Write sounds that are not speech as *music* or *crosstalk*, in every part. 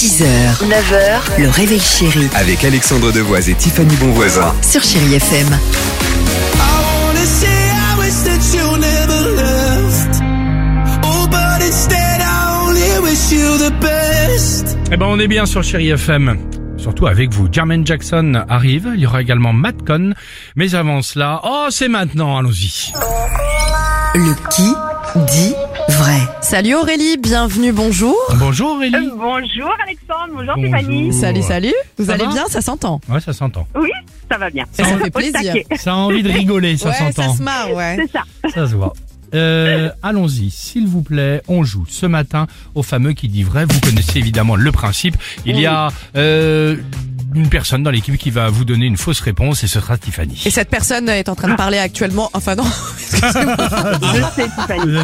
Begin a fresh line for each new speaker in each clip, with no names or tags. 6h, 9h, le réveil chéri
Avec Alexandre Devoise et Tiffany Bonvoisin.
sur Chérie FM.
I wanna say I wish that you never left. Oh, but instead I only wish you the best.
Eh ben, on est bien sur Chéri FM. Surtout avec vous. Jermaine Jackson arrive. Il y aura également Matt Cohn. Mais avant cela, oh, c'est maintenant. Allons-y.
Le qui dit vrai.
Salut Aurélie, bienvenue, bonjour.
Bonjour, Aurélie.
Euh, bonjour Alexandre, bonjour,
Bonjour.
Stéphanie.
Salut, salut. Vous
Ça
allez
va
bien, ça s'entend.
Ouais, ça s'entend.
Oui, ça va bien.
Ça, ça fait
Au
plaisir.
taquet,
Ça a envie de rigoler, ça
ouais, ça
s'entend.
se marre, ouais.
C'est ça.
Ça se voit. Euh, Allons-y, s'il vous plaît, on joue ce matin au fameux qui dit vrai. Vous connaissez évidemment le principe. Il y a euh, une personne dans l'équipe qui va vous donner une fausse réponse et ce sera Tiffany.
Et cette personne est en train de parler actuellement, enfin non,
Je sais,
*laughs*
Tiffany.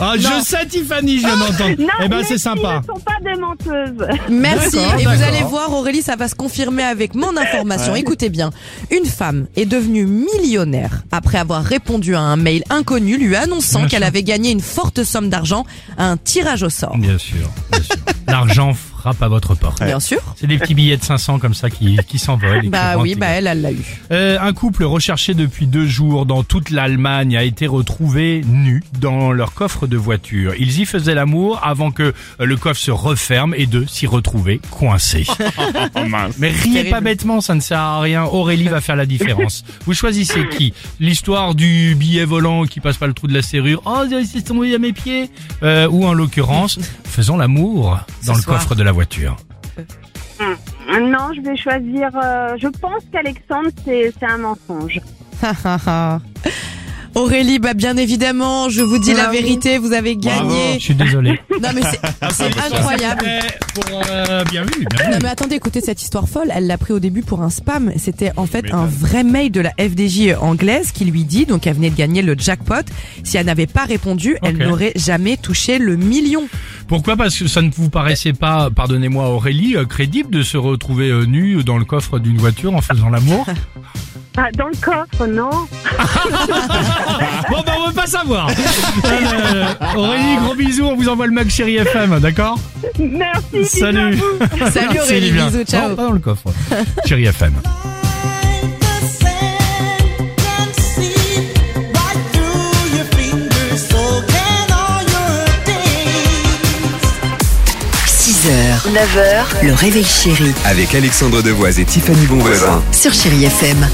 Ah,
Non.
je sais Tiffany, je viens d'entendre.
Non,
Eh ben
les
c'est sympa.
filles ne sont pas des menteuses.
merci.
D'accord,
Et vous
d'accord.
allez voir Aurélie, ça va se confirmer avec mon information. Écoutez bien, une femme est devenue millionnaire après avoir répondu à un mail inconnu lui annonçant
Bien
qu'elle
sûr.
avait gagné une forte somme d'argent à un tirage au sort.
Bien sûr, bien sûr. L'argent frappe à votre porte.
Bien sûr.
C'est des petits billets de 500 comme ça qui, qui s'envolent. et qui
Bah oui,
rentrent.
bah elle, elle l'a eu. *laughs*
Euh, un couple recherché depuis deux jours dans toute l'Allemagne a été retrouvé nu dans leur coffre de voiture. Ils y faisaient l'amour avant que euh, le coffre se referme et deux s'y retrouvaient
*laughs*
coincés.
Oh,
Mais riez
Terrible.
pas bêtement, ça ne sert à rien. Aurélie va faire la
*laughs*
différence. Vous choisissez qui L'histoire du billet volant qui passe pas le trou de la serrure. Oh, c'est tombé à mes pieds. Euh, ou en
*laughs*
l'occurrence, faisons l'amour dans
Ce
le
soir.
coffre de la voiture.
Non, je vais choisir. euh, je pense qu'Alexandre, c'est c'est un mensonge.
Aurélie, bah bien évidemment, je vous dis la vérité, vous avez
Je
gagné.
suis
*laughs*
désolé.
Non mais c'est- c'est incroyable.
Pour, euh, bien vu, bien vu.
Non mais attendez, écoutez cette histoire folle, elle l'a pris au début pour un spam, c'était en fait un vrai mail de la FDJ anglaise qui lui dit, donc elle venait de gagner le jackpot, si elle n'avait pas répondu, elle
Ok.
n'aurait jamais touché le million.
Pourquoi Parce que ça ne vous paraissait pas, pardonnez-moi Aurélie, euh, crédible de se retrouver euh, nu dans le coffre d'une voiture en faisant
*laughs*
l'amour
Ah, dans le coffre, non
Bon ben on veut pas savoir Euh, Aurélie, gros bisous, on vous envoie le mag chéri FM, d'accord
Merci.
Salut
Salut
Merci,
Aurélie,
Livien.
bisous, ciao.
Non, pas dans le coffre, chéri FM.
Right through your fingers, so can all your days.
6h, 9h, le réveil chéri
Avec Alexandre Devoise et Tiffany Bonvoisin.
sur Chérie FM.